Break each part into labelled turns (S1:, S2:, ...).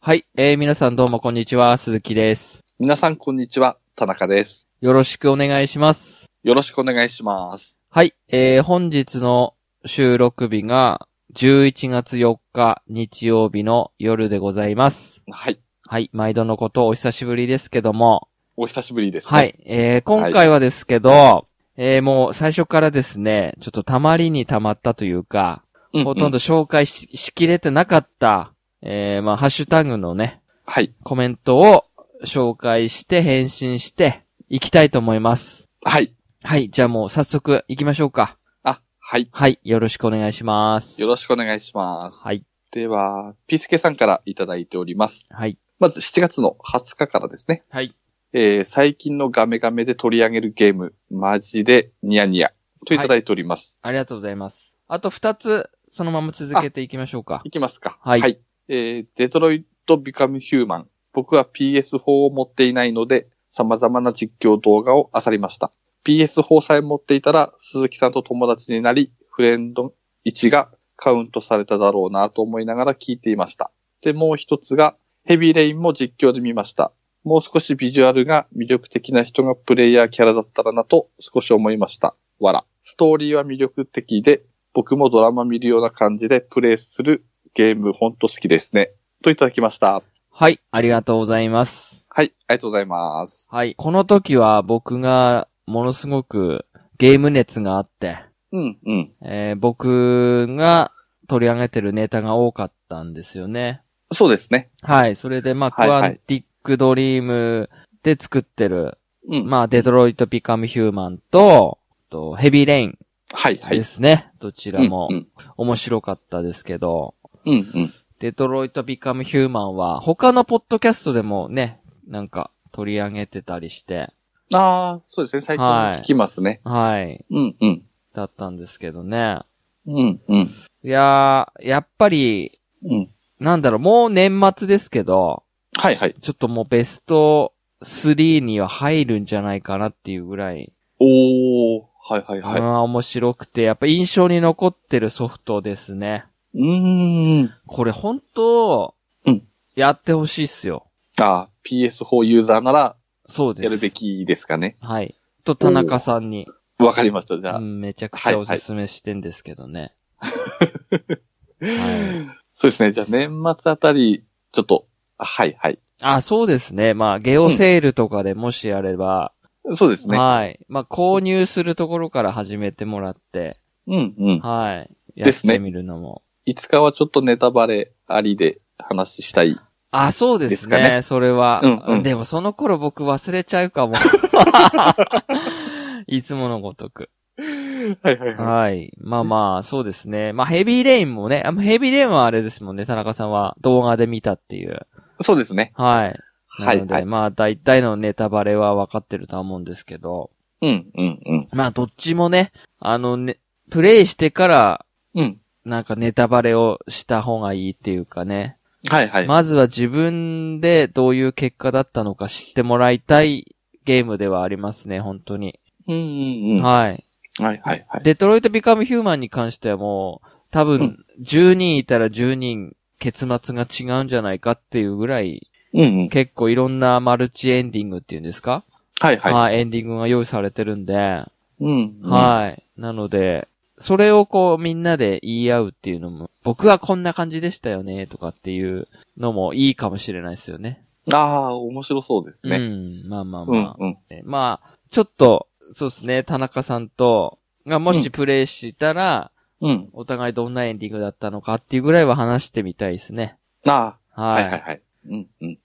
S1: はい、えー、皆さんどうもこんにちは、鈴木です。
S2: 皆さんこんにちは、田中です。
S1: よろしくお願いします。
S2: よろしくお願いします。
S1: はい、えー、本日の収録日が11月4日日曜日の夜でございます。
S2: はい。
S1: はい、毎度のことお久しぶりですけども、
S2: お久しぶりです、ね。
S1: は。い、えー、今回はですけど、えー、もう最初からですね、ちょっとたまりにたまったという か、
S2: うんうん、
S1: ほとんど紹介ししきれてなかった、えー、まあ、ハッシュタグのね、
S2: はい。
S1: コメントを紹介して返信していきたいと思います。
S2: はい。
S1: はい、じゃあもう早速行きましょうか。
S2: あ、はい。
S1: はい、よろしくお願いします。
S2: よろしくお願いします。
S1: はい、
S2: では、ピースケさんからいただいております。
S1: はい、
S2: まず7月の20日からですね。
S1: はい。
S2: えー、最近のガメガメで取り上げるゲーム、マジでニヤニヤといただいております。
S1: ありがとうございます。あと二つ、そのまま続けていきましょうか
S2: い、。きますか。
S1: はい
S2: えー、デトロイトビカムヒューマン。僕は PS4 を持っていないので、様々な実況動画を漁りました。PS4 さえ持っていたら、鈴木さんと友達になり、フレンド1がカウントされただろうなと思いながら聞いていました。で、もう一つが、ヘビーレインも実況で見ました。もう少しビジュアルが魅力的な人がプレイヤーキャラだったらなと少し思いました。わら。ストーリーは魅力的で、僕もドラマ見るような感じでプレイするゲームほんと好きですね。といただきました。
S1: はい、ありがとうございます。
S2: はい、ありがとうございます。
S1: はい、この時は僕がものすごくゲーム熱があって、
S2: うん、うん。
S1: えー僕が取り上げてるネタが多かったんですよね。
S2: そうですね。
S1: はい。それで、まあ、ク
S2: はいは
S1: ア
S2: い
S1: ンティックドリームで作ってる、
S2: うん。
S1: まあ、デトロイト・ピカム・ヒューマンと、とヘビー・レイン
S2: はい、はい。
S1: で
S2: う
S1: すね。どちら
S2: ん、
S1: も
S2: うん、
S1: 面白かったですけど、
S2: うん、うん。
S1: デトロイト・ピカム・ヒューマンは、他のポッドキャストでもね、なんか取り上げてたりして、
S2: ああ、そうですね。最近聞きますね。
S1: はい。
S2: うん、うん。
S1: だったんですけどね。
S2: うん、うん。
S1: いやー、やっぱり、
S2: うん。
S1: なんだろう、もう年末ですけど、
S2: はい、はい。
S1: ちょっともうベスト3には入るんじゃないかなっていうぐらい、
S2: おー。はい、はい、
S1: あ
S2: は
S1: あ面白くて、やっぱ印象に残ってるソフトですね。
S2: い。うーん。
S1: これ本当、
S2: うん
S1: やってほしいっすよ。
S2: ああ、PS4 ユーザーなら
S1: そうです。
S2: やるべきですかね。
S1: はい。と、田中さんに、
S2: わかりました、じゃ
S1: う
S2: あ。
S1: んめちゃくちゃおすすめしてんですけどね。は
S2: そうですね。じゃあ年末あたり、ちょっと、はい、はい。
S1: あ、そうですね。まあ、ゲオセールとかでもしやれば、
S2: そうですね。
S1: はい。まあ、購入するところから始めてもらって、
S2: うん、うん。
S1: はい。や
S2: で
S1: っ
S2: すね
S1: てみるのも。
S2: いつかはちょっとネタバレありで話したい。
S1: あ、そうで
S2: ですす
S1: ね。
S2: かね
S1: それは、
S2: うんうん
S1: でもその頃僕忘れちゃうかも。 いつものごとく。
S2: はいはいい。
S1: はい。まあまあ、そうですね。まあヘビーレインもね、あヘビーレインはあれですもんね、田中さんは動画で見たっていう。
S2: そうですね。
S1: はい。なので、
S2: はいはい
S1: まあ大体のネタバレは分かってるとは思うんですけど、
S2: うん、うん、うん。
S1: まあどっちもね、あのね、プレイしてから、
S2: うん。
S1: なんかネタバレをした方がいいっていうかね。
S2: はいはい。
S1: まずは自分でどういう結果だったのか知ってもらいたいゲームではありますね、本当に。
S2: うん、うん、うん。は
S1: はい。
S2: いはいはい。
S1: デトロイト・ビカム・ヒューマンに関してはもう、多
S2: う
S1: 分、10人いたら10人結末が違うんじゃないかっていうぐらい、
S2: うん、うん。
S1: 結構いろんなマルチエンディングっていうんですか
S2: はいは
S1: はい。エンディングが用意されてるんで、
S2: い。うん。
S1: はい。なので、それをこうみんなで言い合うっていうのも、僕はこんな感じでしたよね、とかっていうのもいいかもしれないですよね。
S2: い。ああ、面白そうです
S1: う
S2: ね。
S1: ん、まあまあ
S2: う
S1: ま
S2: ん
S1: あ、。
S2: うん。
S1: ねまあ、ちょっと、そうですね、田中さんと、がもしプレイしたら、
S2: うん。
S1: お互いどんなエンディングだったのかっていうぐらいは話してみたいですね。
S2: ああ、
S1: は。
S2: はいい
S1: はい。
S2: はいはい。うん、うん。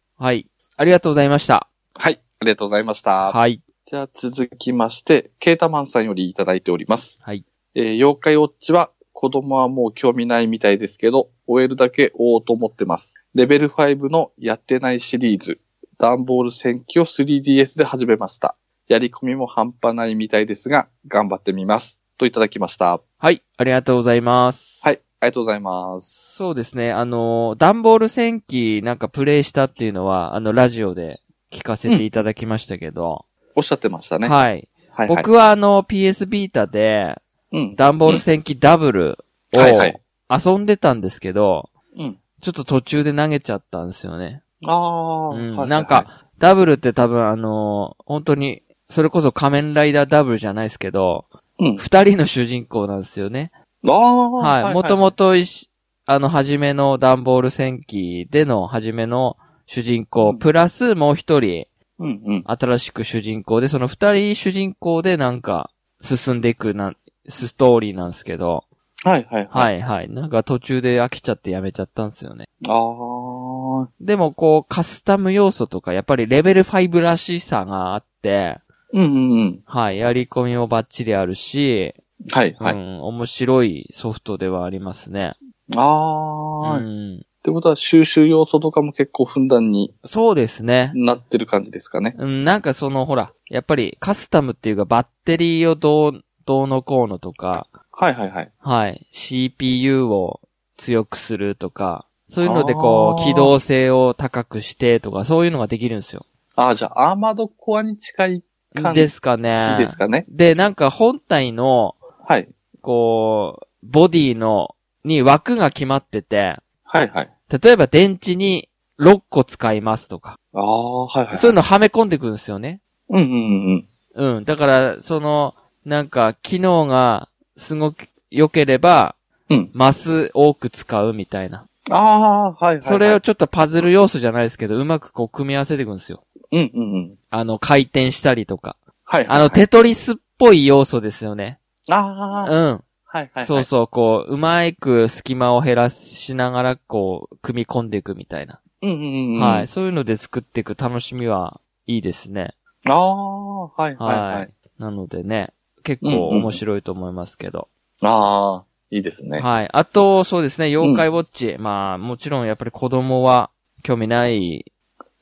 S1: ありがとうございました。
S2: はい。ありがとうございました。
S1: はい。
S2: じゃあ続きまして、ケータマンさんよりいただいております。
S1: はい。
S2: えー妖怪ウォッチは、子供はもう興味ないみたいですけど、終えるだけ追おうと思ってます。レベル5のやってないシリーズ、段ボール戦記を 3DS で始めました。やり込みも半端ないみたいですが、頑張ってみます。といただきました。
S1: はい。ありがとうございます。
S2: はい、ありがとうございます。
S1: そうですね、あの、ダンボール戦記なんかプレイしたっていうのは、あの、ラジオで聞かせていただきましたけど、
S2: おっしゃってましたね。
S1: はい。
S2: はい、はい。
S1: 僕はあの、PS ビータで、
S2: うん、
S1: ダンボール戦記ダブルを
S2: はいはい
S1: 遊んでたんですけど、
S2: うん。
S1: ちょっと途中で投げちゃったんですよね。
S2: ああ、
S1: う
S2: はいはい
S1: ん
S2: はい
S1: なんか、ダブルって多分あのー本当に、それこそ仮面ライダーダブルじゃないですけど、
S2: うん
S1: 二人の主人公なんですよね。
S2: ああ、
S1: はい。もともといし、あの、初めのダンボール戦記での初めの主人公、
S2: うん
S1: プラスもう一人、
S2: うんうん。
S1: 新しく主人公で、その二人主人公でなんか、進んでいくなん、ストーリーなんですけど、
S2: はいはいは
S1: は
S2: い。
S1: いはい。なんか途中で飽きちゃってやめちゃったんですよね。
S2: ああ、
S1: でもこう、カスタム要素とか、やっぱりレベル5らしさがあって、
S2: うんうんうん。
S1: はい、やり込みもバッチリあるし、
S2: はいはい。
S1: うん、面白いソフトではありますね。
S2: ああ、
S1: う
S2: っ
S1: ん、
S2: てことは収集要素とかも結構ふんだんに
S1: そうですね。
S2: なってる感じですかね。
S1: うん、なんかその、ほら、やっぱりカスタムっていうかバッテリーをどう、どうのこうのとか、
S2: はいはいはい。
S1: はい、CPU を強くするとか、そういうのでこ
S2: あ
S1: う、
S2: ー
S1: 機動性を高くしてとか、そういうのができるんですよ。
S2: ああ、じゃあ、アーマードコアに近い感じ
S1: で
S2: です
S1: かね。
S2: かね。
S1: で、なんか本体の、
S2: はい。
S1: こう、ボディの、に枠が決まってて、
S2: はいはい。
S1: 例えば電池に6個使いますとか、
S2: ああ、はいはい。
S1: そういうのはめ込んでくるんですよね。
S2: うんうんうん
S1: うん。だから、その、なんか、機能がすごく良ければ、
S2: うん。うん。
S1: マス多く使うみたいな。
S2: ああ、はいはい、はい。
S1: それを、ちょっとパズル要素じゃないですけど、うまくこう組み合わせていくんですよ。
S2: うんうんうん。
S1: あの、回転したりとか。
S2: はいはい、はい。
S1: あの、、テトリスっぽい要素ですよね。
S2: ああ、はい
S1: うん。
S2: はいはい。
S1: そうそう、こう、うまく隙間を減らしながら、こう、組み込んでいくみたいな。
S2: うんうんうん。
S1: はい。。そういうので作っていく楽しみはいいですね。
S2: ああ、はいはいはい。
S1: はいなのでね、結
S2: うん
S1: 構
S2: うん
S1: 面白いと思いますけど。
S2: ああ、いいですね。
S1: はい。あと、そうですね、妖怪ウォッチ。まあ、もちろんやっぱり子供は興味ない。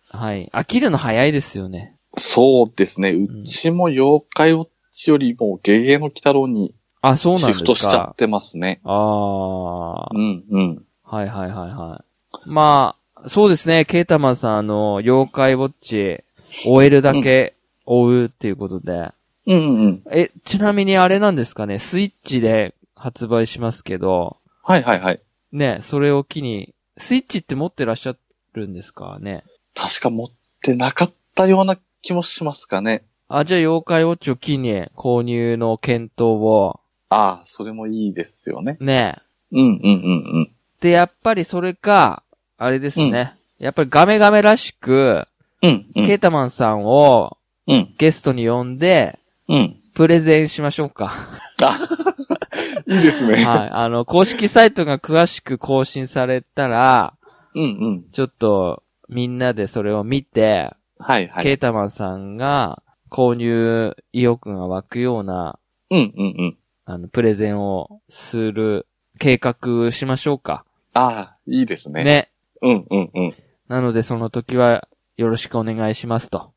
S1: はい。飽きるの早いですよね。
S2: そうですね。
S1: ん
S2: うちも妖怪ウォッチよりもゲゲの鬼太郎に
S1: あ、そうなん
S2: シ
S1: ですか。
S2: フトしちゃってますね。
S1: ああ。は
S2: うんうん。
S1: いはいはいはい。まあ、そうですね、ケータマンさん、あの、妖怪ウォッチ、終えるだけ追うっていうことで。
S2: うんうんうん。
S1: え、ちなみにあれなんですかね、スイッチで発売しますけど、
S2: はいはいはい。
S1: ね、それを機に、スイッチって持ってらっしゃるんですかね。
S2: 確か持ってなかったような気もしますかね。
S1: あ、じゃあ、妖怪ウォッチを機に購入の検討を、
S2: ああ、それもいいですよね。
S1: ね。
S2: うんうんうんうん。
S1: で、やっぱりそれか、あれですね。やっぱりガメガメらしく、
S2: うんう
S1: ケ
S2: ん。
S1: ータマンさんを
S2: うん
S1: ゲストに呼んで、
S2: うん。
S1: プレゼンしましょう か。
S2: あいいですね。
S1: はい。あの、公式サイトが詳しく更新されたら、
S2: うんうん。
S1: ちょっと、みんなでそれを見て、
S2: はいは
S1: ケ
S2: い。
S1: ータマンさんが購入意欲が湧くような、
S2: うんうんうん。
S1: あの、プレゼンをする計画しましょうか。
S2: ああ、いいですね。
S1: ね。
S2: うんうんうん。
S1: なので、その時はよろしくお願いしますと。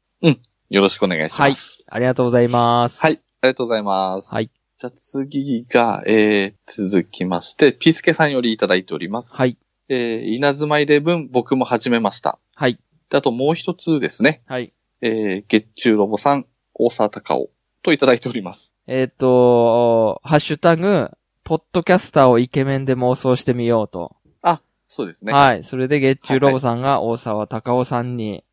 S2: よろしくお願いします。
S1: ありがとうございます。
S2: はい。ありがとうございます。
S1: はい。
S2: じゃあ次が、えー、続きまして、ピースケさんよりいただいております。
S1: はい。
S2: えー、稲妻イレブン、僕も始めました。
S1: はい。
S2: であともう一つですね。
S1: はい。
S2: えー、月中ロボさん、大沢隆夫といただいております。
S1: えっ、と、ハッシュタグ、ポッドキャスターをイケメンで妄想してみようと。
S2: そうですね。はい。
S1: はい。それで月中ロボさんが大沢隆夫さんに、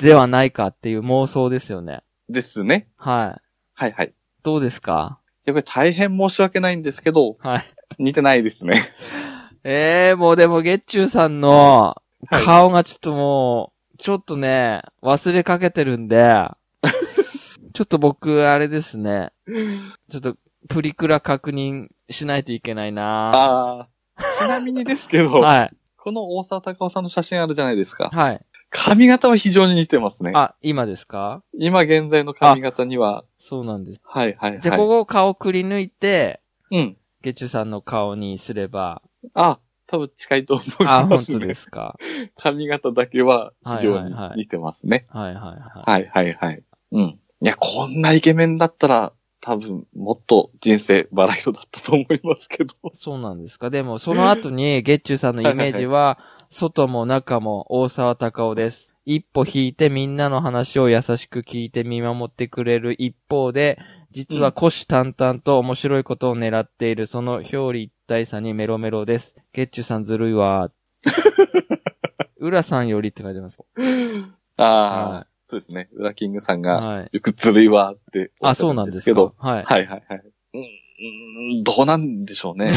S1: ではないかっていう妄想ですよね。
S2: ですね。
S1: はい。
S2: はいはい。
S1: どうですか
S2: やっぱり大変申し訳ないんですけど、
S1: はい。
S2: 似てないですね。
S1: ええー、もうでも月中さんの
S2: はい
S1: 顔がちょっともう、ちょっとね、忘れかけてるん で、ちょっと僕、あれですね。ちょっと、プリクラ確認しないといけないな
S2: あー。 ちなみにですけど、
S1: は
S2: この大沢隆夫さんの写真あるじゃないですか
S1: い。。はい。
S2: 髪型は非常に似てますね。
S1: あ、今ですか
S2: 今現在の髪型には、
S1: そうなんです。
S2: はいはいはい。
S1: じゃあ、ここを顔くり抜いて、
S2: うん。
S1: 月中さんの顔にすれば、
S2: あ、多分近いと思います、ね。
S1: あ、本当で。すか。
S2: 髪型だけは非常
S1: はい
S2: に
S1: はいはい
S2: 似てますね。
S1: はいはいは
S2: はいはいはい。うん。いや、こんなイケメンだったら、多分、もっと人生バラ色だったと思いますけど。
S1: い。そうなんですか。でも、その後に月中さんのイメージは、外も中も大沢隆夫です。一歩引いてみんなの話を優しく聞いて見守ってくれる一方で、実は虎視眈々と面白いことを狙っている、その表裏一体さにメロメロです。月中さんずるいわーっ 浦さんよりって書いてます。
S2: あ
S1: は
S2: あ、そうですね。裏キングさん
S1: い。
S2: が、
S1: はい。
S2: よくずるいわっておっ
S1: あ、
S2: しゃ
S1: そ
S2: る
S1: うなんです
S2: け
S1: か
S2: ど。。
S1: はい。
S2: はいはいはい。うん、うんどうなんでしょ うね。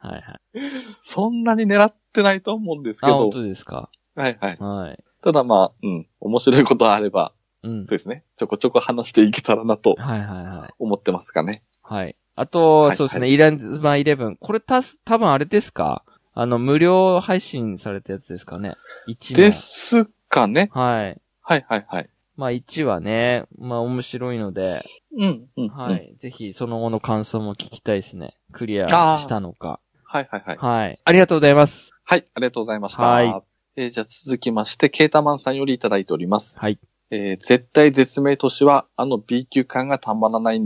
S1: はいはい。
S2: そんなに狙ってないと思うんですけ
S1: あ、
S2: ど
S1: 本。当ですか。
S2: はいはい。
S1: はい。
S2: ただまあ、うん、面白いことあれば、
S1: うん
S2: そう。ですね。ちょこちょこ話していけたらなと
S1: はいはいはい。
S2: 思ってますかね。
S1: はい。あと、
S2: はい
S1: そうですね、
S2: は
S1: イランズマイレブン。これたす、多分あれですかあの、無料配信されたやつですかね。1の。
S2: ですかね。
S1: はい。
S2: はいはいはい。
S1: まあ1はね、まあ面白いので、
S2: うん、うん。うん
S1: は。い。ぜひ、その後の感想も聞きたいですね。クリア
S2: あー
S1: したのか。
S2: はいはいはい。
S1: はい。ありがとうございます。
S2: はい、ありがとうございました。
S1: はい
S2: えーじゃあ続きまして、ケータマンさんよりいただいております。
S1: はい。
S2: えー絶対絶命都市は、あの B 級感がたまらない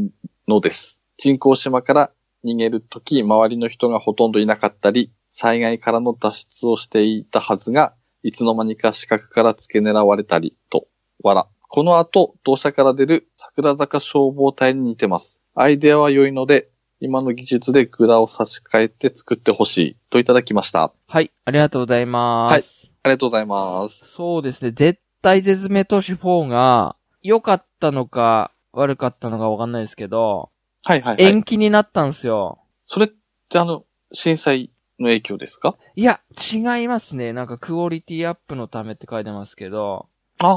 S2: のです。人工島から逃げるとき、周りの人がほとんどいなかったり、災害からの脱出をしていたはずが、いつの間にか死角から付け狙われたり、と、わら。この後、同社から出る桜坂消防隊に似てます。アイデアは良いので、今の技術でグラを差し替えて作ってほしい、といただきました。
S1: はい。ありがとうございます。
S2: ありがとうございます。
S1: そうですね。絶対絶命都市4が、良かったのか、悪かったのかわかんないですけど、
S2: はいはいはい。
S1: 延期になったんですよ。
S2: それってあの、震災の影響ですか
S1: いや、違いますね。なんか、クオリティアップのためって書いてますけど、
S2: あ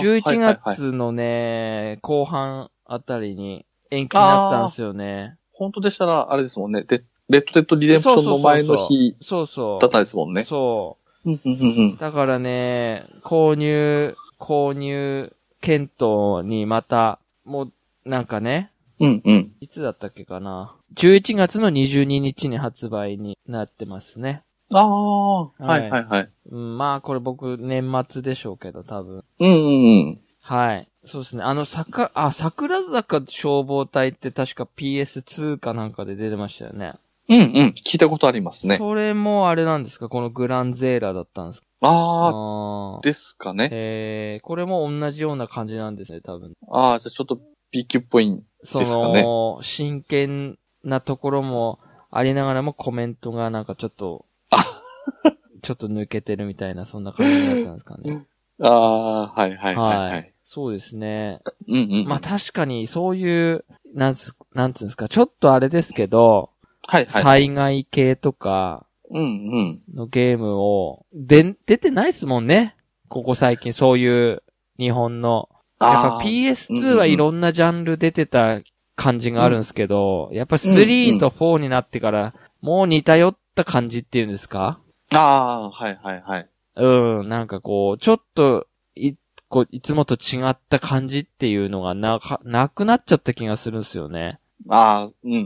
S1: 11
S2: はいはいはい
S1: 月のね、後半あたりに延期になったんですよね。
S2: 本当でしたら、あれですもんね。でレッドデッドリデンプションの前の日
S1: そうそう。
S2: だったですもんね。
S1: そ
S2: うんうんうんうん
S1: う。だからね、購入、購入検討にまた、もう、なんかね、
S2: うんうん。
S1: いつだったっけかな。11月の22日に発売になってますね。
S2: ああ。はいはいはい。
S1: うん、まあ、これ僕、年末でしょうけど、多分。
S2: うんうんうん。
S1: はい。そうですね。あの、坂、あ、桜坂消防隊って確か PS2 かなんかで出てましたよね。
S2: うんうん。聞いたことありますね。
S1: それもあれなんですかこのグランゼーラだったんですかあ
S2: ああ。
S1: あー。
S2: ですかね。
S1: えー、これも同じような感じなんですね、多分。
S2: ああ、じゃあちょっと B 級っぽいん。
S1: そ
S2: ですか
S1: の、真剣なところもありながらもコメントがなんかちょっと
S2: あ、
S1: ちょっと抜けてるみたいな、そんな感じのやつなんですかね。
S2: ああー、はいはいはいはい。
S1: そうですね。
S2: うんうん。
S1: まあ確かにそういう、なんつ、なんつうんですか、ちょっとあれですけど、
S2: はいはい。
S1: 災害系とか
S2: うんうん。
S1: のゲームを、で、出てないっすもんね。ここ最近そういう日本の。やっ
S2: あ
S1: ぱ
S2: あ。うんう
S1: PS2
S2: ん
S1: はいろんなジャンル出てた感じがあるんですけど、やっぱ3と4になってから、もう似たよった感じっていうんですか
S2: ああー、はいはいはい。
S1: うん、なんかこう、ちょっと、い、こう、いつもと違った感じっていうのがなか、なくなっちゃった気がするんですよね。
S2: ああ、うんうんう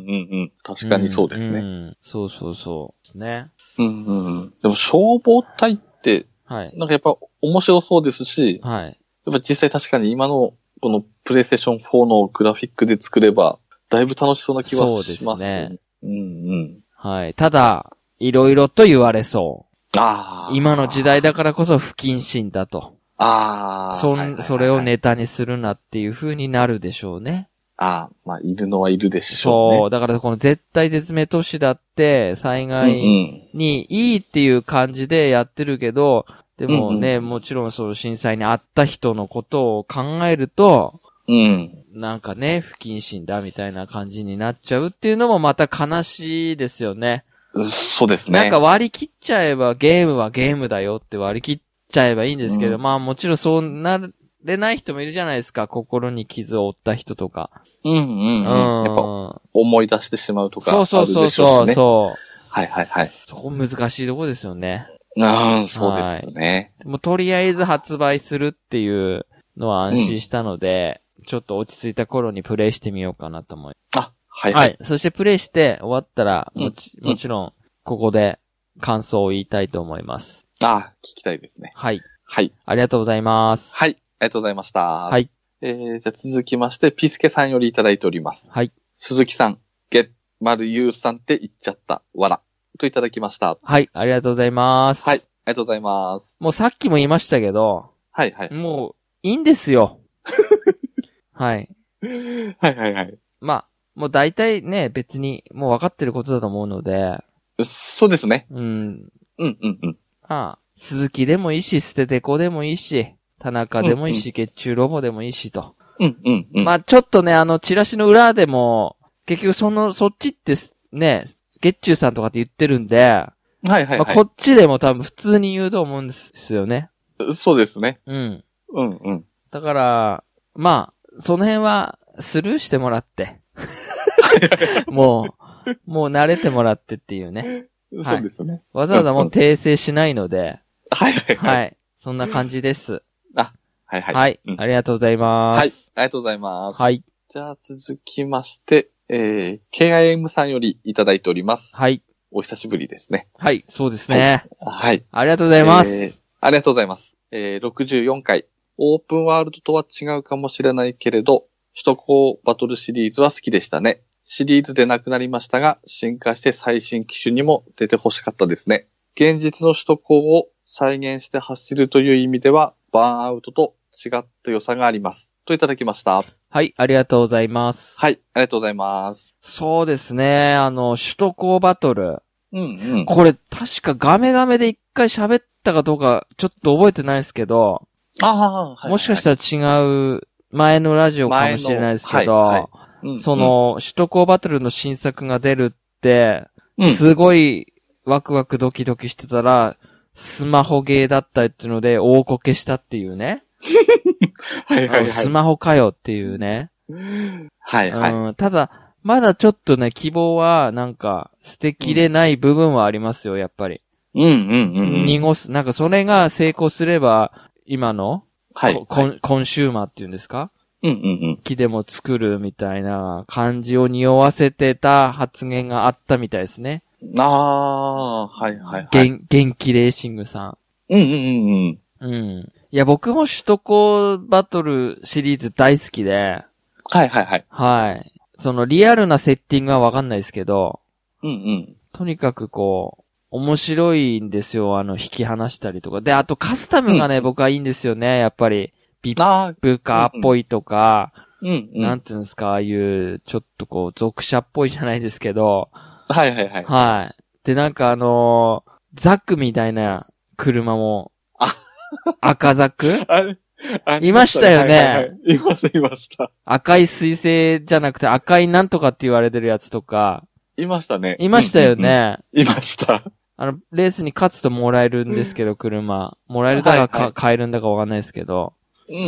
S2: ん。確かにそうですね。
S1: んそうそうそう。ですね。
S2: うんうんうん。でも消防隊って、
S1: はい。
S2: なんかやっぱ面白そうですし、
S1: はい。
S2: やっぱ実際確かに今のこのプレイステーション4のグラフィックで作れば、だいぶ楽しそうな気
S1: そ
S2: はしま
S1: う
S2: す
S1: です
S2: ね。うんうん。
S1: はい。ただ、いろいろと言われそう。
S2: ああ。
S1: 今の時代だからこそ不謹慎だと。
S2: ああ。
S1: そ
S2: はいはいはい
S1: ん、
S2: はい
S1: それを。ネタにするなっていう風になるでしょうね。
S2: ああ、まあ、いるのはいるでし
S1: そ
S2: ょ
S1: う。だからこの絶対絶命都市だって、災
S2: うね。
S1: 害にいいっていう感じでやってるけど、でもね、もちろんその震災にあった人のことを考えると、
S2: うんうん。うん。
S1: なんかね、不謹慎だみたいな感じになっちゃうっていうのもまた悲しいですよね。
S2: うっそうですね。
S1: なんか割り切っちゃえばゲームはゲームだよって割り切っちゃえばいいんですけど、
S2: うん
S1: まあもちろんそうなれない人もいるじゃないですか。心に傷を負った人とか。
S2: うんう
S1: う。
S2: んうんん。やっぱ思い出してしまうとかある
S1: そう
S2: でしょ
S1: そうう
S2: しね。
S1: そうそう。そう
S2: はいはいはい。
S1: そこ難しいとこですよね。
S2: うん、そうですね。
S1: もうとりあえず発売するっていうのは安心したので、ちょっと落ち着いた頃にプレイしてみようかなと思い
S2: あ、はい
S1: は
S2: はい
S1: い。。そしてプレイして終わったら、
S2: うん
S1: もち
S2: うん
S1: もちろん、ここで感想を言いたいと思います。
S2: あ、聞きたいですね。
S1: はい。
S2: はい。
S1: ありがとうございます。
S2: はい。ありがとうございました。
S1: はい。
S2: えー、じゃあ続きまして、ピスケさんよりいただいております。
S1: はい。
S2: 鈴木さん、ゲッマルユーさんって言っちゃった。わら。といただきました。
S1: はい、ありがとうございます。
S2: はい。あり。がとうございます。
S1: もうさっきも言いましたけど、
S2: はいはい。
S1: もう、いいんです よ。はい。
S2: はいはいはい。
S1: まあ、もう大体ね、別に、もう分かってることだと思うので、
S2: そうですね。
S1: うん。
S2: うんうんうん。
S1: まあ、鈴木でもいいし、捨ててこでもいいし、田中でもいいし、月中ロボでもいいしと。
S2: うんうんうん。
S1: まあ、ちょっとね、あの、チラシの裏でも、結局その、そっちってす、ね、月中さんとかって言ってるんで、
S2: はいはい
S1: まあ、
S2: は
S1: こっちでも多分普通に言うと思うんですよね。
S2: い。そうですね。
S1: うん。
S2: うんうん。
S1: だから、まあ、その辺は、スルーしてもら って。もう、もう慣れてもらってっていうね。はい
S2: そうですね。
S1: わざわざもう訂正しないので、
S2: はいはいはい。
S1: はい。そんな感じです。
S2: はいはい。。
S1: はいい。
S2: うん
S1: ありがとうございま
S2: あり
S1: す。
S2: がとうございます。
S1: はい。
S2: じゃあ続きまして、えー、KIM さんよりいただいております。
S1: はい。
S2: お久しぶりですね。
S1: はい。そうですね。
S2: はい。
S1: ありがとうございます。
S2: えーありがとうございます。えー、64回。オープンワールドとは違うかもしれないけれど、首都高バトルシリーズは好きでしたね。シリーズでなくなりましたが、進化して最新機種にも出て欲しかったですね。現実の首都高を再現して走るという意味では、バーンアウトと違った良さがあります。といただきました。
S1: はい。ありがとうございます。
S2: はい、ありがとうございます。
S1: そうですね。あの、首都高バトル。
S2: うんうん。
S1: これ、確かガメガメで一回喋ったかどうか、ちょっと覚えてないですけど、
S2: ああ、
S1: もしかしたら違う、前のラジオかもしれないですけど、
S2: 前のはら
S1: そ、の、首都高バトルの新作が出るって、
S2: うんうん
S1: すごいワクワクドキドキしてたら、スマホゲーだったっていうので、大こけしたっていうね。
S2: はいはい
S1: あの
S2: は
S1: ス
S2: い。
S1: マホかよっていうね。
S2: はいはい。
S1: うん、ただ、まだちょっとね、希望は、なんか、捨てきれない部分はありますよ、やっぱり。
S2: うんうんうんうん。
S1: 濁す、なんかそれが成功すれば、今の、
S2: はい。
S1: こコンコンシューマーっていうんですか
S2: うんうんうん。
S1: 木でも作るみたいな感じを匂わせてた発言があったみたいですね。
S2: ああー、はいはいは
S1: げ
S2: い。
S1: ん元気レーシングさ
S2: うんうんうんうん。
S1: ん。うん。いや、僕も首都高バトルシリーズ大好きで、
S2: はいはいはい。
S1: はい。そのリアルなセッティングはわかんないですけど、
S2: うんうん。
S1: とにかくこう、面白いんですよ。あの、引き離したりとか。で、あとカスタムがね、僕はいいんですよね。やっぱり、
S2: ああ、
S1: ブカーっぽいとか、
S2: うんうん。
S1: な
S2: は
S1: んていうんですか、ああいう、ちょっとこう、俗者っぽいじゃないですけど、
S2: いはいはい。
S1: はい。で、なんかあのーザクみたいな車も、
S2: あ
S1: 赤ザク
S2: あれあり
S1: いましたよね
S2: はいはいはいいました、いました。
S1: 赤い彗星じゃなくて赤いなんとかって言われてるやつとか、
S2: いましたね。
S1: いましたよ
S2: うんうん
S1: ね。
S2: うん。いました。
S1: あの、レースに勝つともらえるんですけど、車。もらえるだか
S2: はいは
S1: か買えるんだかわかんないですけど、
S2: うんうん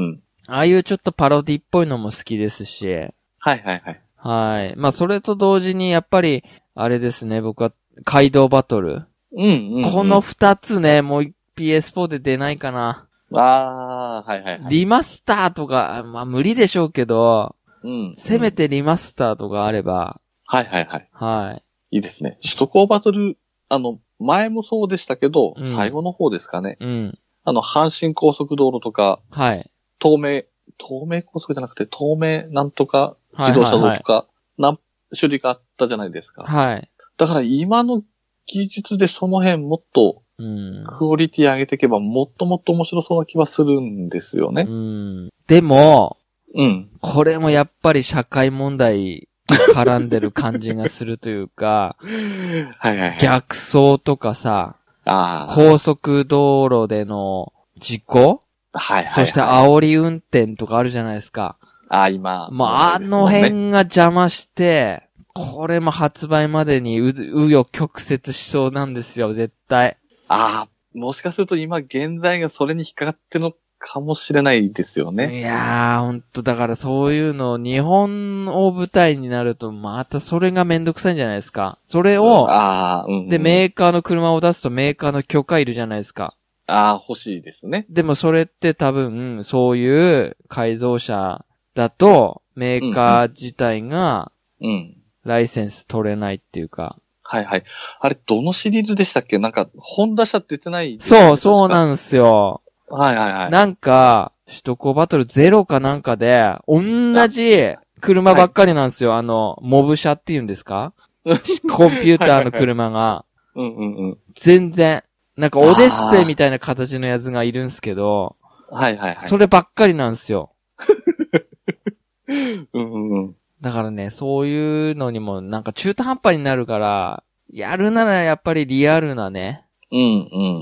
S2: うん。
S1: ああいうちょっとパロディっぽいのも好きですし、
S2: はいはいはい。
S1: はい。まあ、それと同時に、やっぱり、あれですね、僕は、街道バトル。
S2: うんうんうん。
S1: この、二つね、もう PS4 で出ないかな。
S2: ああ、はいはいはい。
S1: リマスターとか、まあ、無理でしょうけど、
S2: うん。
S1: せめ。てリマスターとかあれば、
S2: はいはいはい。
S1: はい。
S2: いいですね。首都高バトル、あの、前もそうでしたけど
S1: う、ん
S2: 最後の方ですかね。
S1: うん。
S2: あの、阪神高速道路とか、
S1: はい。
S2: 東名、東名高速じゃなくて、東名なんとか
S1: はい
S2: 自動車
S1: は
S2: 道
S1: い
S2: とか、何種類かあったじゃないですか。
S1: はい。はい。
S2: だから今の技術でその辺もっと
S1: うん。
S2: クオリティ上げていけばもっともっと面白そうな気はするんですよね。
S1: うん。でも、
S2: うん。
S1: これもやっぱり社会問題絡んでる感じがするという か、
S2: はいはいはい。
S1: 逆走とかさ、
S2: ああ。
S1: 高速道路での事故
S2: はいはい、はい。
S1: そして
S2: あ
S1: 煽り運転とかあるじゃないですか。
S2: あ、今。
S1: まあ、あの辺が邪魔して、これも発売までにう、うよ曲折しそうなんですよ、絶対。
S2: ああ、もしかすると今現在がそれに引っかかってるのかもしれないですよね。
S1: いやー、ほんと、だからそういうの、日本を舞台になると、またそれがめんどくさいんじゃないですか。それを、
S2: ああ、うんうん。
S1: で、メーカーの車を出すとメーカーの許可いるじゃないですか。
S2: ああ、欲しいですね。
S1: でもそれって多分、そういう改造車だと、メーカー自体が
S2: うん。
S1: ライセンス取れないっていうか、
S2: はいはい。あれ、どのシリーズでしたっけなんか、ホンダ車出てないですよね、。
S1: そう、そうなんんすよ。
S2: はいはいはい。
S1: なんか、首都高バトルゼロかなんかで、同じ車ばっかりなんですよ。あの、モブ車っていうんですかしコンピューターの車が。
S2: うんうんうん。
S1: 全然。なんかオデッセイみたいな形のやつがいるんすけど、
S2: はいはいはい。
S1: そればっかりなんですよ。
S2: うんうんうん。
S1: だからね、そういうのにもなんか中途半端になるから、やるならやっぱりリアルなね、
S2: うんう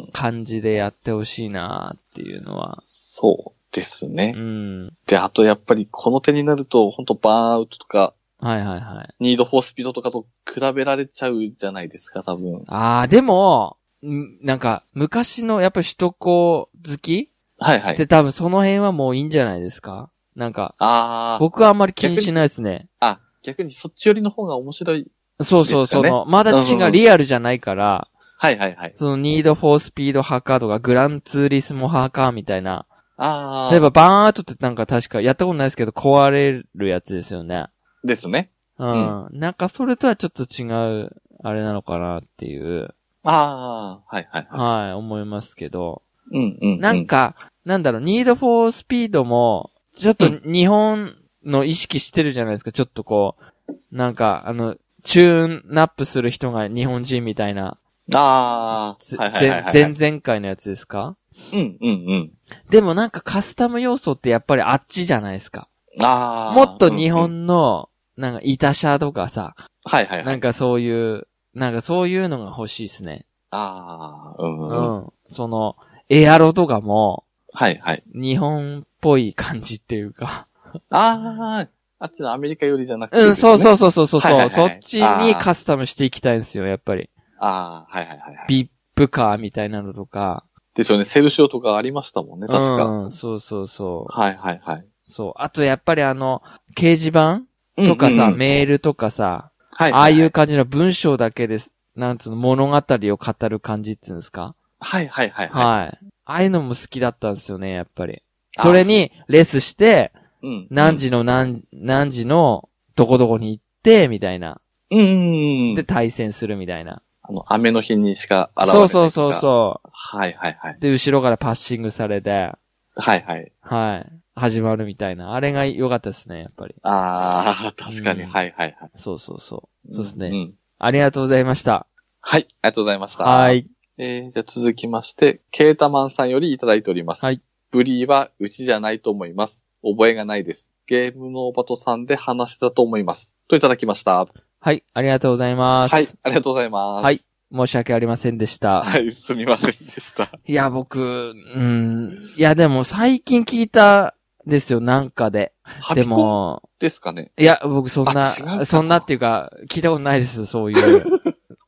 S2: ん。
S1: 感じでやってほしいなっていうのは。
S2: そうですね。
S1: うん。
S2: で、あとやっぱりこの手になると、本当バーンアウトとか、
S1: はいはいはい。
S2: ニードフォースピードとかと比べられちゃうじゃないですか、多分。
S1: あー、でも、んなんか、昔のやっぱ首都高好き
S2: はいは
S1: っ
S2: い。
S1: て多分その辺はもういいんじゃないですかなんか、
S2: ああ、
S1: 僕はあんまり気にしないですね。
S2: あ、逆にそっち寄りの方が面白い。
S1: そうそう、
S2: ですか
S1: そ
S2: ね
S1: の、まだ違
S2: うんう
S1: う、
S2: ん
S1: リアルじゃないから、
S2: はいはいはい。
S1: その、ニードフォースピード派かとか、グランツーリスモ派かみたいな。
S2: ああ、
S1: 例えば、バーンアウトってなんか確か、やったことないですけど、壊れるやつですよね。
S2: ですね。
S1: うん。なんか、それとはちょっと違う、あれなのかなっていう、
S2: ああ、はいはい。
S1: はい、思いますけど。
S2: うんうん、うん。
S1: なんか、なんだろう、ニードフォースピードも、ちょっと
S2: う
S1: 日本の意識してるじゃないですか、ちょっとこう、なんか、あの、チューンナップする人が日本人みたいな、
S2: あ
S1: ぜ
S2: あ、はいはいはい、はい。
S1: 前前々回のやつですか
S2: うんうんうん。
S1: でもなんかカスタム要素ってやっぱりあっちじゃないですか。
S2: ああ。
S1: もっと日
S2: うんうん
S1: 本の、なんか、イタ車とかさ、
S2: はいはいは。
S1: ないんかそういう、なんかそういうのが欲しいですね。
S2: ああ、うん、
S1: う
S2: うん。
S1: ん。その、エアロとかも、
S2: はいはい。
S1: 日本っぽい感じっていうか。
S2: ああ、あっちのアメリカ寄りじゃなくて、。
S1: うん、そうそううそうそうそう。
S2: はいはいはい
S1: そっちにカスタムしていきたいんですよ、やっぱり。
S2: ああ、はいはいはいはい。
S1: ビップカーみたいなのとか。
S2: ですよね。セルシオとかありましたもんね、確か。
S1: うん、そうそうそ
S2: はいはいはい。
S1: う。そう。あとやっぱりあの、掲示板とかさ、
S2: うんうんうん
S1: メールとかさ、
S2: はい
S1: ああい
S2: は
S1: う感じの文章だけです。なんつうの、物語を語る感じっていうんですか
S2: はいはいはいはい。
S1: はい。ああいうのも好きだったんですよね、やっぱり。
S2: あー
S1: それに、レスして、
S2: うん
S1: 何時の何、何時の、どこどこに行って、みたいな。
S2: うんうんう
S1: で、
S2: ん。
S1: 対戦するみたいな。
S2: あの、雨の日にしか現れない。
S1: そうそうそう
S2: う。
S1: そう。
S2: はいはいはい。
S1: で、後ろからパッシングされて、
S2: はいはい。
S1: はい。始まるみたいな。あれが良かったですね、やっぱり。
S2: ああ、確かに。
S1: うん
S2: はいはいはい。
S1: そうそうそう。そうですね。
S2: ん。
S1: ありがとうございました。
S2: はい、ありがとうございました。
S1: は。い。
S2: えー、じゃあ続きまして、ケータマンさんよりいただいております。
S1: はい。
S2: ブリーはうちじゃないと思います。覚えがないです。ゲームのおばとさんで話したと思います。といただきました。はい、
S1: はい。ありがとうございます。
S2: ありがとうございます。
S1: はい。申し訳ありませんでした。
S2: はい、すみませんで した。
S1: いや、僕、うん。いや、でも最近聞いたですよ、なんかで。
S2: ハ
S1: で
S2: ピコン
S1: も、
S2: ですかね。
S1: いや、僕そん
S2: あ違うか
S1: な、
S2: な
S1: そんなっていうか、聞いたことないです、そう いう、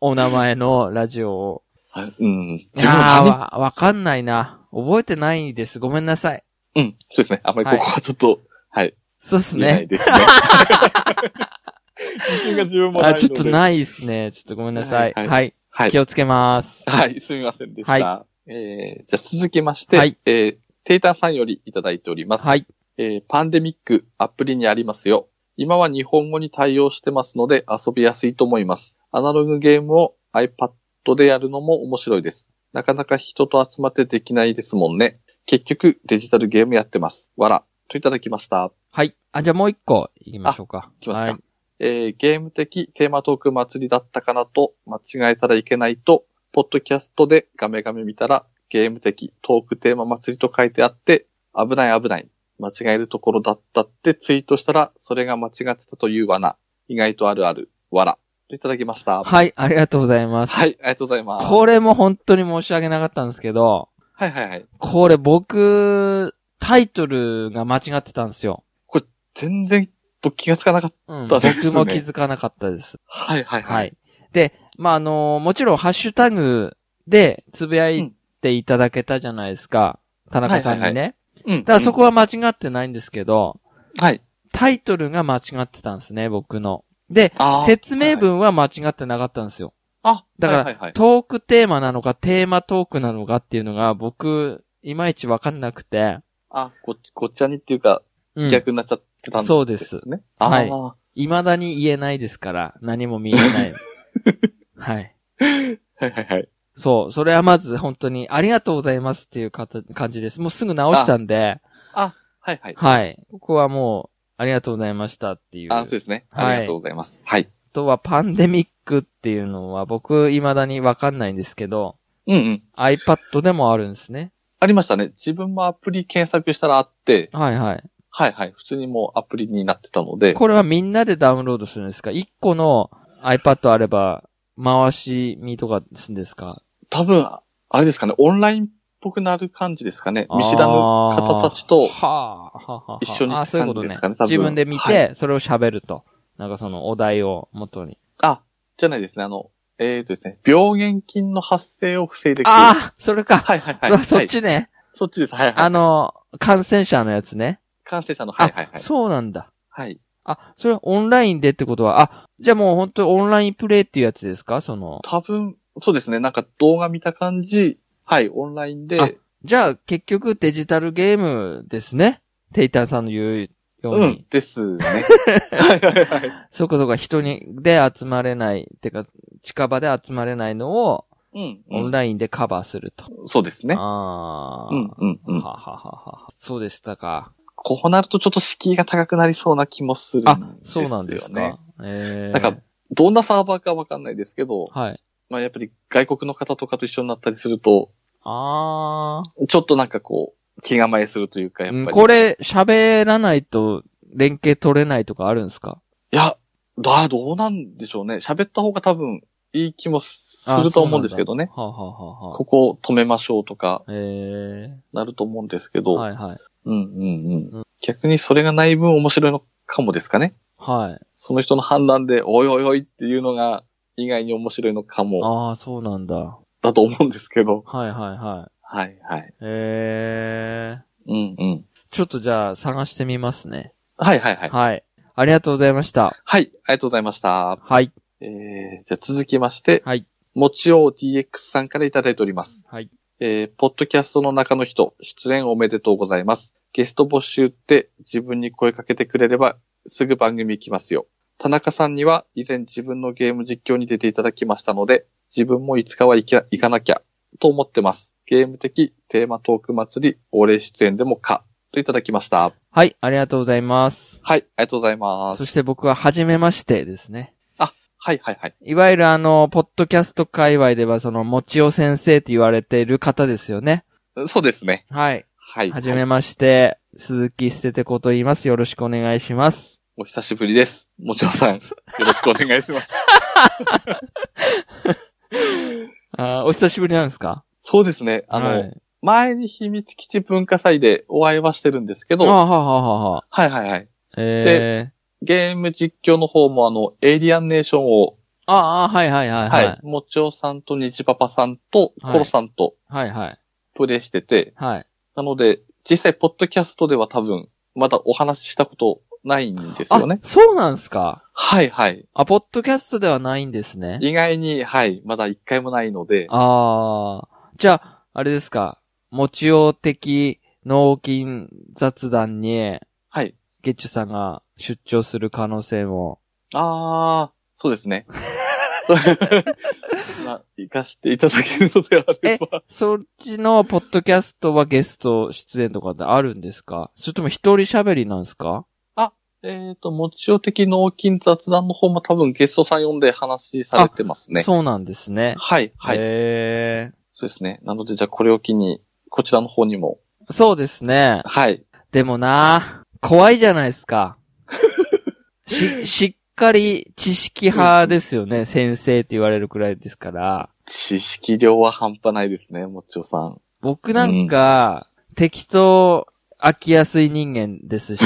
S1: お名前のラジオを。
S2: はいうん。
S1: い
S2: 自分
S1: やー
S2: も何
S1: わ、わかんないな。覚えてないです。ごめんなさい。
S2: うん、そうですね。あまりここはちょっと、はい、
S1: そうっす
S2: 見えな
S1: ね
S2: い。で すね。自信が自分もない
S1: あ、
S2: ので。
S1: ちょっとないですね。ちょっとごめんなさい。は。
S2: はいいははい
S1: 気。をつけます。
S2: はい、すみませんでした。
S1: は
S2: えー、じゃあ続きまして、
S1: はい
S2: えー、テータンさんよりいただいております。
S1: はい。
S2: えーパンデミックアプリにありますよ。今は日本語に対応してますので遊びやすいと思います。アナログゲームを iPad でやるのも面白いです。なかなか人と集まってできないですもんね。結局デジタルゲームやってます。わら。といただきました。
S1: はい。あ、じゃあもう一個行きましょうか。
S2: いきますか
S1: はい。
S2: えーゲーム的テーマトーク祭りだったかなと間違えたらいけないと、ポッドキャストでガメガメ見たらゲーム的トークテーマ祭りと書いてあって、危ない危ない。間違えるところだったってツイートしたら、それが間違ってたという罠。意外とあるある。わら。といただきました。はい、
S1: はい。ありがとうございます。
S2: ありがとうございます。
S1: これも本当に申し訳なかったんですけど、
S2: はいはいはい。
S1: これ僕、タイトルが間違ってたんですよ。
S2: 全然僕気がつかなかった。
S1: うん。
S2: そうです
S1: 僕
S2: ね
S1: も気づかなかったです。
S2: はいはいはい。
S1: はい。で、まあ、あのーもちろんハッシュタグでつぶやいていただけたじゃないですか。田中さんにね。
S2: はいはうん。
S1: ただそこは
S2: は、
S1: 間違ってないんですけど、
S2: はい。
S1: タイトルが間違ってたんですね、僕の。で
S2: あ、ー
S1: 説明文は間違ってなかったんですよ。
S2: あ、
S1: だから
S2: はいはいはい。
S1: トークテーマなのか、テーマトークなのかっていうのが、僕、いまいちわかんなくて。
S2: あ、ごっち、ごっちゃにっていうか、
S1: うん。
S2: 逆になっちゃってたん
S1: そうです
S2: ね。
S1: はい
S2: あー
S1: 未だに言えないですから、何も見え ない。はい。
S2: はいはいはい。
S1: そう。それはまず、本当に、ありがとうございますっていうかた感じです。もうすぐ直したんで、
S2: はいはい。
S1: はい。ここはもう、ありがとうございましたっていう。
S2: あ、そうですね。
S1: はい
S2: ありがとうございます。はい。
S1: あとは、パンデミックっていうのは、僕、未だにわかんないんですけど、
S2: うんうん。
S1: iPad でもあるんですね。
S2: ありましたね。自分もアプリ検索したらあって、
S1: はいはい。
S2: はいはい。普通にもうアプリになってたので、
S1: これはみんなでダウンロードするんですか ?1 個の iPad あれば、回し見とかすんですか
S2: 多分、あれですかね、オンラインっぽくなる感じですかね。見知らぬ方たち
S1: あー
S2: と、
S1: はあはあはあ、
S2: 一緒に
S1: あ
S2: 行
S1: ー
S2: く
S1: そういうこと
S2: 感じ
S1: ね
S2: ですかね。多分
S1: 自分で見
S2: は
S1: て、それを喋ると。なんかそのお題を元に。
S2: あ、じゃないですね、あの、えーとですね、病原菌の発生を防いでくれる。
S1: ああそれか、
S2: はいはいはい。
S1: そそっ
S2: はい。
S1: ちね。
S2: そっちです。はいはい。
S1: あ、の、感染者のやつね。
S2: 感染者の、はいはいは
S1: あ
S2: い。
S1: そうなんだ。
S2: はい。
S1: あ、それはオンラインでってことは、あ、じゃあもう本当オンラインプレイっていうやつですかその。
S2: 多分、そうですね、なんか動画見た感じ、はい、オンライン
S1: あ
S2: で、
S1: じゃあ結局デジタルゲームですね。テイタンさんの言うように。
S2: うん、ですね。 はいはいはい。
S1: そうかそうか、人に、で集まれない、てか、近場で集まれないのを、
S2: うん、
S1: オン
S2: イ
S1: ラインでカバーすると。
S2: ン。そうですね。
S1: ああ。
S2: うん、うん、うん。
S1: はははは。そうでしたか。
S2: こうなるとちょっと敷居が高くなりそうな気もするんですよね。
S1: あ、そうなんですか。ええ
S2: なんか、どんなサーバーかわかんないですけど、
S1: はい。
S2: まあやっぱり外国の方とかと一緒になったりすると、
S1: ああ。
S2: ちょっとなんかこう、気構えするというか、やっぱり。
S1: これ、喋らないと、連携取れないとかあるんですか
S2: いや、だ、どうなんでしょうね。喋った方が多分いい気もすると思うんですけどね。。
S1: あそうなんだはあはあはあは
S2: ここを止めましょうとか、
S1: あ。え
S2: なると思うんですけ
S1: え
S2: ど、
S1: はいはい。
S2: うんうんう。
S1: うん
S2: 逆にそれがない分面白いのかもですかね。
S1: はい。
S2: その人の判断で、おいおいおいっていうのが、意外に面白いのかも、
S1: ああ、そうなんだ。
S2: だと思うんですけど。
S1: はいはいはい。
S2: はいはい。
S1: ええ
S2: うんうん。
S1: ちょっとじゃあ、探してみますね。
S2: はいはいはい。
S1: はい。ありがとうございました。
S2: はい、ありがとうございました。
S1: はい。
S2: えー、じゃあ続きまして、
S1: はい。
S2: もちおう TX さんからいただいております。
S1: はい。
S2: えー、ポッドキャストの中の人、出演おめでとうございます。ゲスト募集って自分に声かけてくれればすぐ番組行きますよ。田中さんには以前自分のゲーム実況に出ていただきましたので、自分もいつかは行きゃ行かなきゃと思ってます。ゲーム的テーマトーク祭り、お礼出演でもかといただきました。
S1: はい。ありがとうございます。
S2: はい、ありがとうございま
S1: そ
S2: す。
S1: して僕は、初めましてですね。
S2: はいはいはい。
S1: いわゆるあの、ポッドキャスト界隈では、その、もちお先生って言われている方ですよね。
S2: そうですね。
S1: はい。
S2: はい。
S1: はじめまして、鈴木捨ててこと言います。よろしくお願いします。
S2: お久しぶりです。もちろんさん、よろしくお願い します。
S1: あーお久しぶりなんですか
S2: そうですね。あの、
S1: はい、
S2: 前に秘密基地文化祭でお会いはしてるんですけ
S1: あー
S2: ど、
S1: は
S2: は
S1: あはあはあはあ。
S2: いはいはい。
S1: ええ
S2: ゲーム実況の方もあの、エイリアンネーションを、
S1: ー。ああ、はいはいはいは。
S2: はいい、もちおさんとにじパパさんと、
S1: はい
S2: コロさんと
S1: はいはい。
S2: プレイしてて、
S1: はい。
S2: なので、実際、ポッドキャストでは多分、まだお話ししたことないんですよ
S1: あ
S2: ね、。
S1: そうなんですか
S2: はいはい。
S1: あ、ポッドキャストではないんですね。
S2: 意外に、はい、まだ一回もないので、
S1: ああ。じゃあ、あれですか。持ち用的脳筋雑談に、
S2: はい。
S1: ゲッチュさんが出張する可能性も。
S2: あー、そうで すね。まあ、生かしていただけるのであれば。
S1: そっちのポッドキャストはゲスト出演とかってあるんですかそれとも一人喋りなんですか
S2: えっ、と、もちお的脳筋雑談の方も多分ゲストさん呼んで話されてますね。
S1: そうなんですね。
S2: はい、はい、
S1: へ
S2: そうですね。なので、じゃあこれを機に、こちらの方にも。
S1: ーそうですね。
S2: はい。
S1: でもな、怖いじゃないです か。し、しっかり知識派ですよね。先生って言われるくらいですから。
S2: 知識量は半端ないですね、もちおさん。
S1: 僕なんか、適当飽きやすい人間ですし、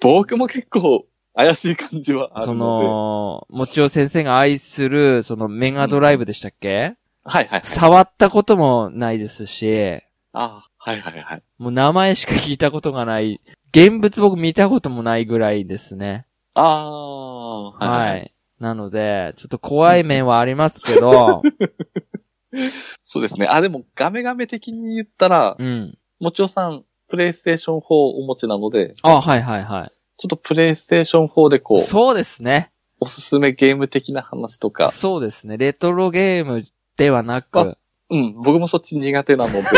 S2: 僕も結構、怪しい感じ はあ
S1: そ
S2: るの
S1: の、もちお先生が愛する、そのメガドライブでしたっけ、
S2: で。はい、はい。
S1: 触ったこともないですし、
S2: あーはい、はい、はい。
S1: もう名前しか聞いたことがない、現物僕見たこともないぐらいですね。
S2: あー
S1: はい。。なので、ちょっと怖い面はありますけ ど、
S2: そうですね。あ、でも、ガメガメ的に言ったら
S1: う、ん。
S2: もちおさん、プレイステーション4をお持ちなので、
S1: あ、はいはいは
S2: ちょっとプレイステーション4でこ
S1: い。
S2: う、
S1: そうですね。
S2: おすすめゲーム的な話とか、
S1: そうですね。レトロゲームではなく
S2: あ、うん、僕もそっち苦 手なので、ち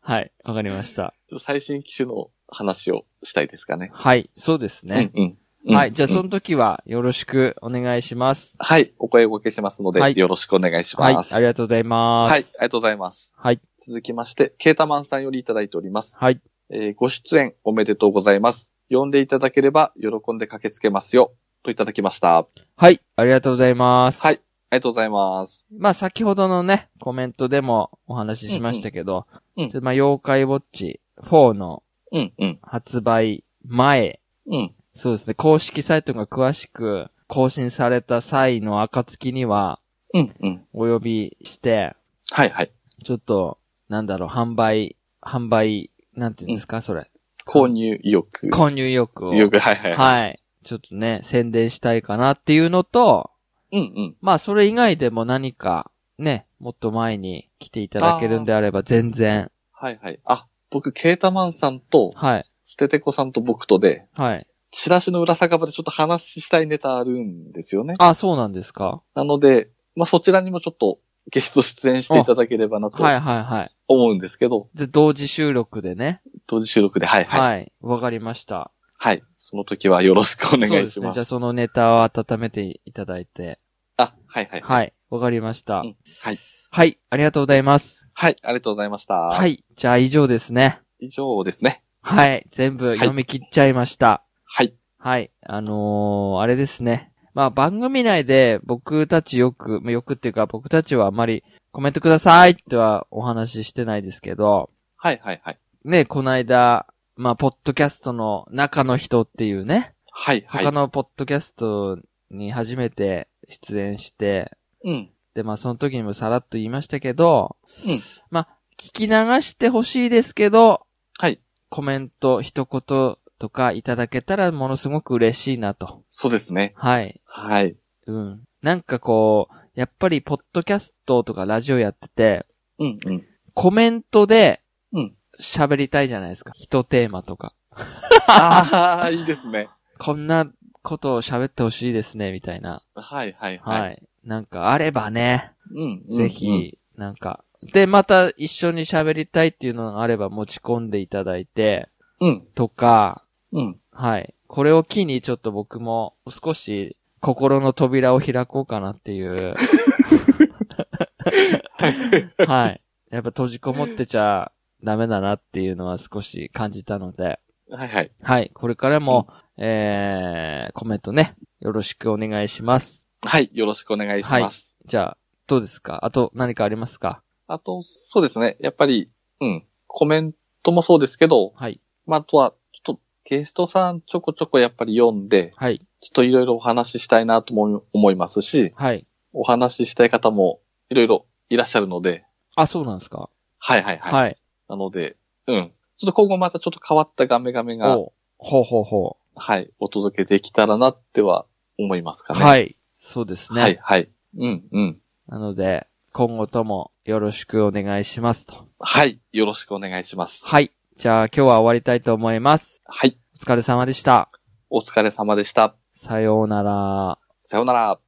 S1: はい。わかりました。
S2: ょっと最新機種の話をしたいですかね。
S1: はい。そうですね。
S2: うんうん、うん。
S1: はい。じゃあ、
S2: うん
S1: その時はよろしくお願いします。
S2: はい、お声をおかけしますので、
S1: はい
S2: よろしくお願いし
S1: はい。
S2: ま
S1: あ
S2: す。
S1: りがとうございます。
S2: はい、あり。がとうございます。
S1: はい。
S2: 続きまして、ケータマンさんよりいただいております。
S1: はい。
S2: えーご出演おめでとうございます。呼んでいただければ喜んで駆けつけますよ。といただきました。あ
S1: はい、ありがとうございます。
S2: はいりがとうございます。
S1: まあ先ほどのね、コメントでもお話ししましたけど、
S2: うんうん
S1: ちょっとまあ妖怪ウォッチ4の
S2: うん、うん、
S1: 発売前、
S2: うん。
S1: そうですね、公式サイトが詳しく更新された際の暁には
S2: うん、うん。
S1: お呼びして、
S2: はい、はい。
S1: ちょっと、なんだろう、販売、販売、なんていうんですか、それ。
S2: 購入意欲。
S1: 購入意欲を。
S2: 意欲、はい、はい。
S1: はい。ちょっとね、宣伝したいかなっていうのと、
S2: い。うん、うん。
S1: まあそれ以外でも何か、ね、もっと前に来ていただけるんであれば全然、
S2: はい、はい。あ、僕、ケータマンさんと、
S1: はい、
S2: ステテコさんと僕とで、
S1: はい。
S2: チラシの裏酒場でちょっと話したいネタあるんですよね。
S1: あ、そうなんですか
S2: なので、まあ、そちらにもちょっとゲスト出演していただければなと
S1: はいはいはい。
S2: 思うんですけど、
S1: で、同時収録でね。
S2: 当時収録で、はいはい。はい。
S1: はい。わ、かりました。
S2: その時はよろしくお願
S1: そう
S2: い
S1: で
S2: し
S1: すね。
S2: ます。
S1: じゃあそのネタを温めていただいて。
S2: あ、はいはい。はい。
S1: はい。わかりました、
S2: うんはい
S1: はい。ありがとうございます。
S2: ありがとうございました。。
S1: はいい。じゃあ以上ですね。
S2: 以上ですね。
S1: はい。全部読み切っちゃいました。
S2: はい。
S1: はい。あのー、あれですね。まあ番組内で僕たちよく、まあよくっていうか僕たちはあまりコメントくださいってはお話ししてないですけど、
S2: はいはいはい。
S1: ね、この間、まあポッドキャストの中の人っていうね、
S2: はいはい。
S1: 他のポッドキャストに初めて出演して、
S2: うん。
S1: でまあその時にもさらっと言いましたけど、
S2: うん
S1: まあ聞き流してほしいですけど、
S2: はい。
S1: コメント一言とかいただけたらものすごく嬉しいなと。
S2: そうですね。
S1: はい。
S2: はい。
S1: うん。なんかこう、やっぱり、ポッドキャストとかラジオやってて、
S2: うんうん。
S1: コメントで
S2: うん、
S1: 喋りたいじゃないですか。一テーマと か。
S2: あ あ、いいですね。
S1: こんなことを喋ってほしいですね、みたいな。
S2: はいはい
S1: はい。
S2: はい。
S1: なんか、あればね、
S2: うんうん。
S1: ぜひ、なんか。で、また一緒に喋りたいっていうのがあれば持ち込んでいただいて、
S2: うん。
S1: とか、
S2: うん。
S1: はい。これを機にちょっと僕も少し心の扉を開こうかなっていう。はい。やっぱ閉じこもってちゃダメだなっていうのは少し感じたので。
S2: はいはい。
S1: はい。これからも、えー、コメントね、よろしくお願いします。
S2: はい。よろしくお願いします。
S1: じゃあ、どうですかあと何かありますか
S2: あと、そうですね。やっぱり、うん。コメントもそうですけど、
S1: はい。
S2: まあ、あとは、ちょっとゲストさんちょこちょこやっぱり読んで、
S1: はい。
S2: ちょっといろいろお話ししたいなとも思いますし、
S1: はい。
S2: お話ししたい方もいろいろいらっしゃるので、
S1: あ、そうなんですか
S2: はいはいはい。
S1: はい。
S2: なので、うん。ちょっと今後またちょっと変わったガメガメが、
S1: おほうほうほ
S2: はい、お届けできたらなっては思います
S1: う。
S2: かね。
S1: はい。そうですね。
S2: はい、はい。うん、うん。
S1: なので、今後ともよろしくお願いしますと。
S2: はい、よろしくお願いします。
S1: はい。じゃあ今日は終わりたいと思います。
S2: はい、
S1: お疲れ様でした。
S2: お疲れ様でした。
S1: さようなら。
S2: さようなら。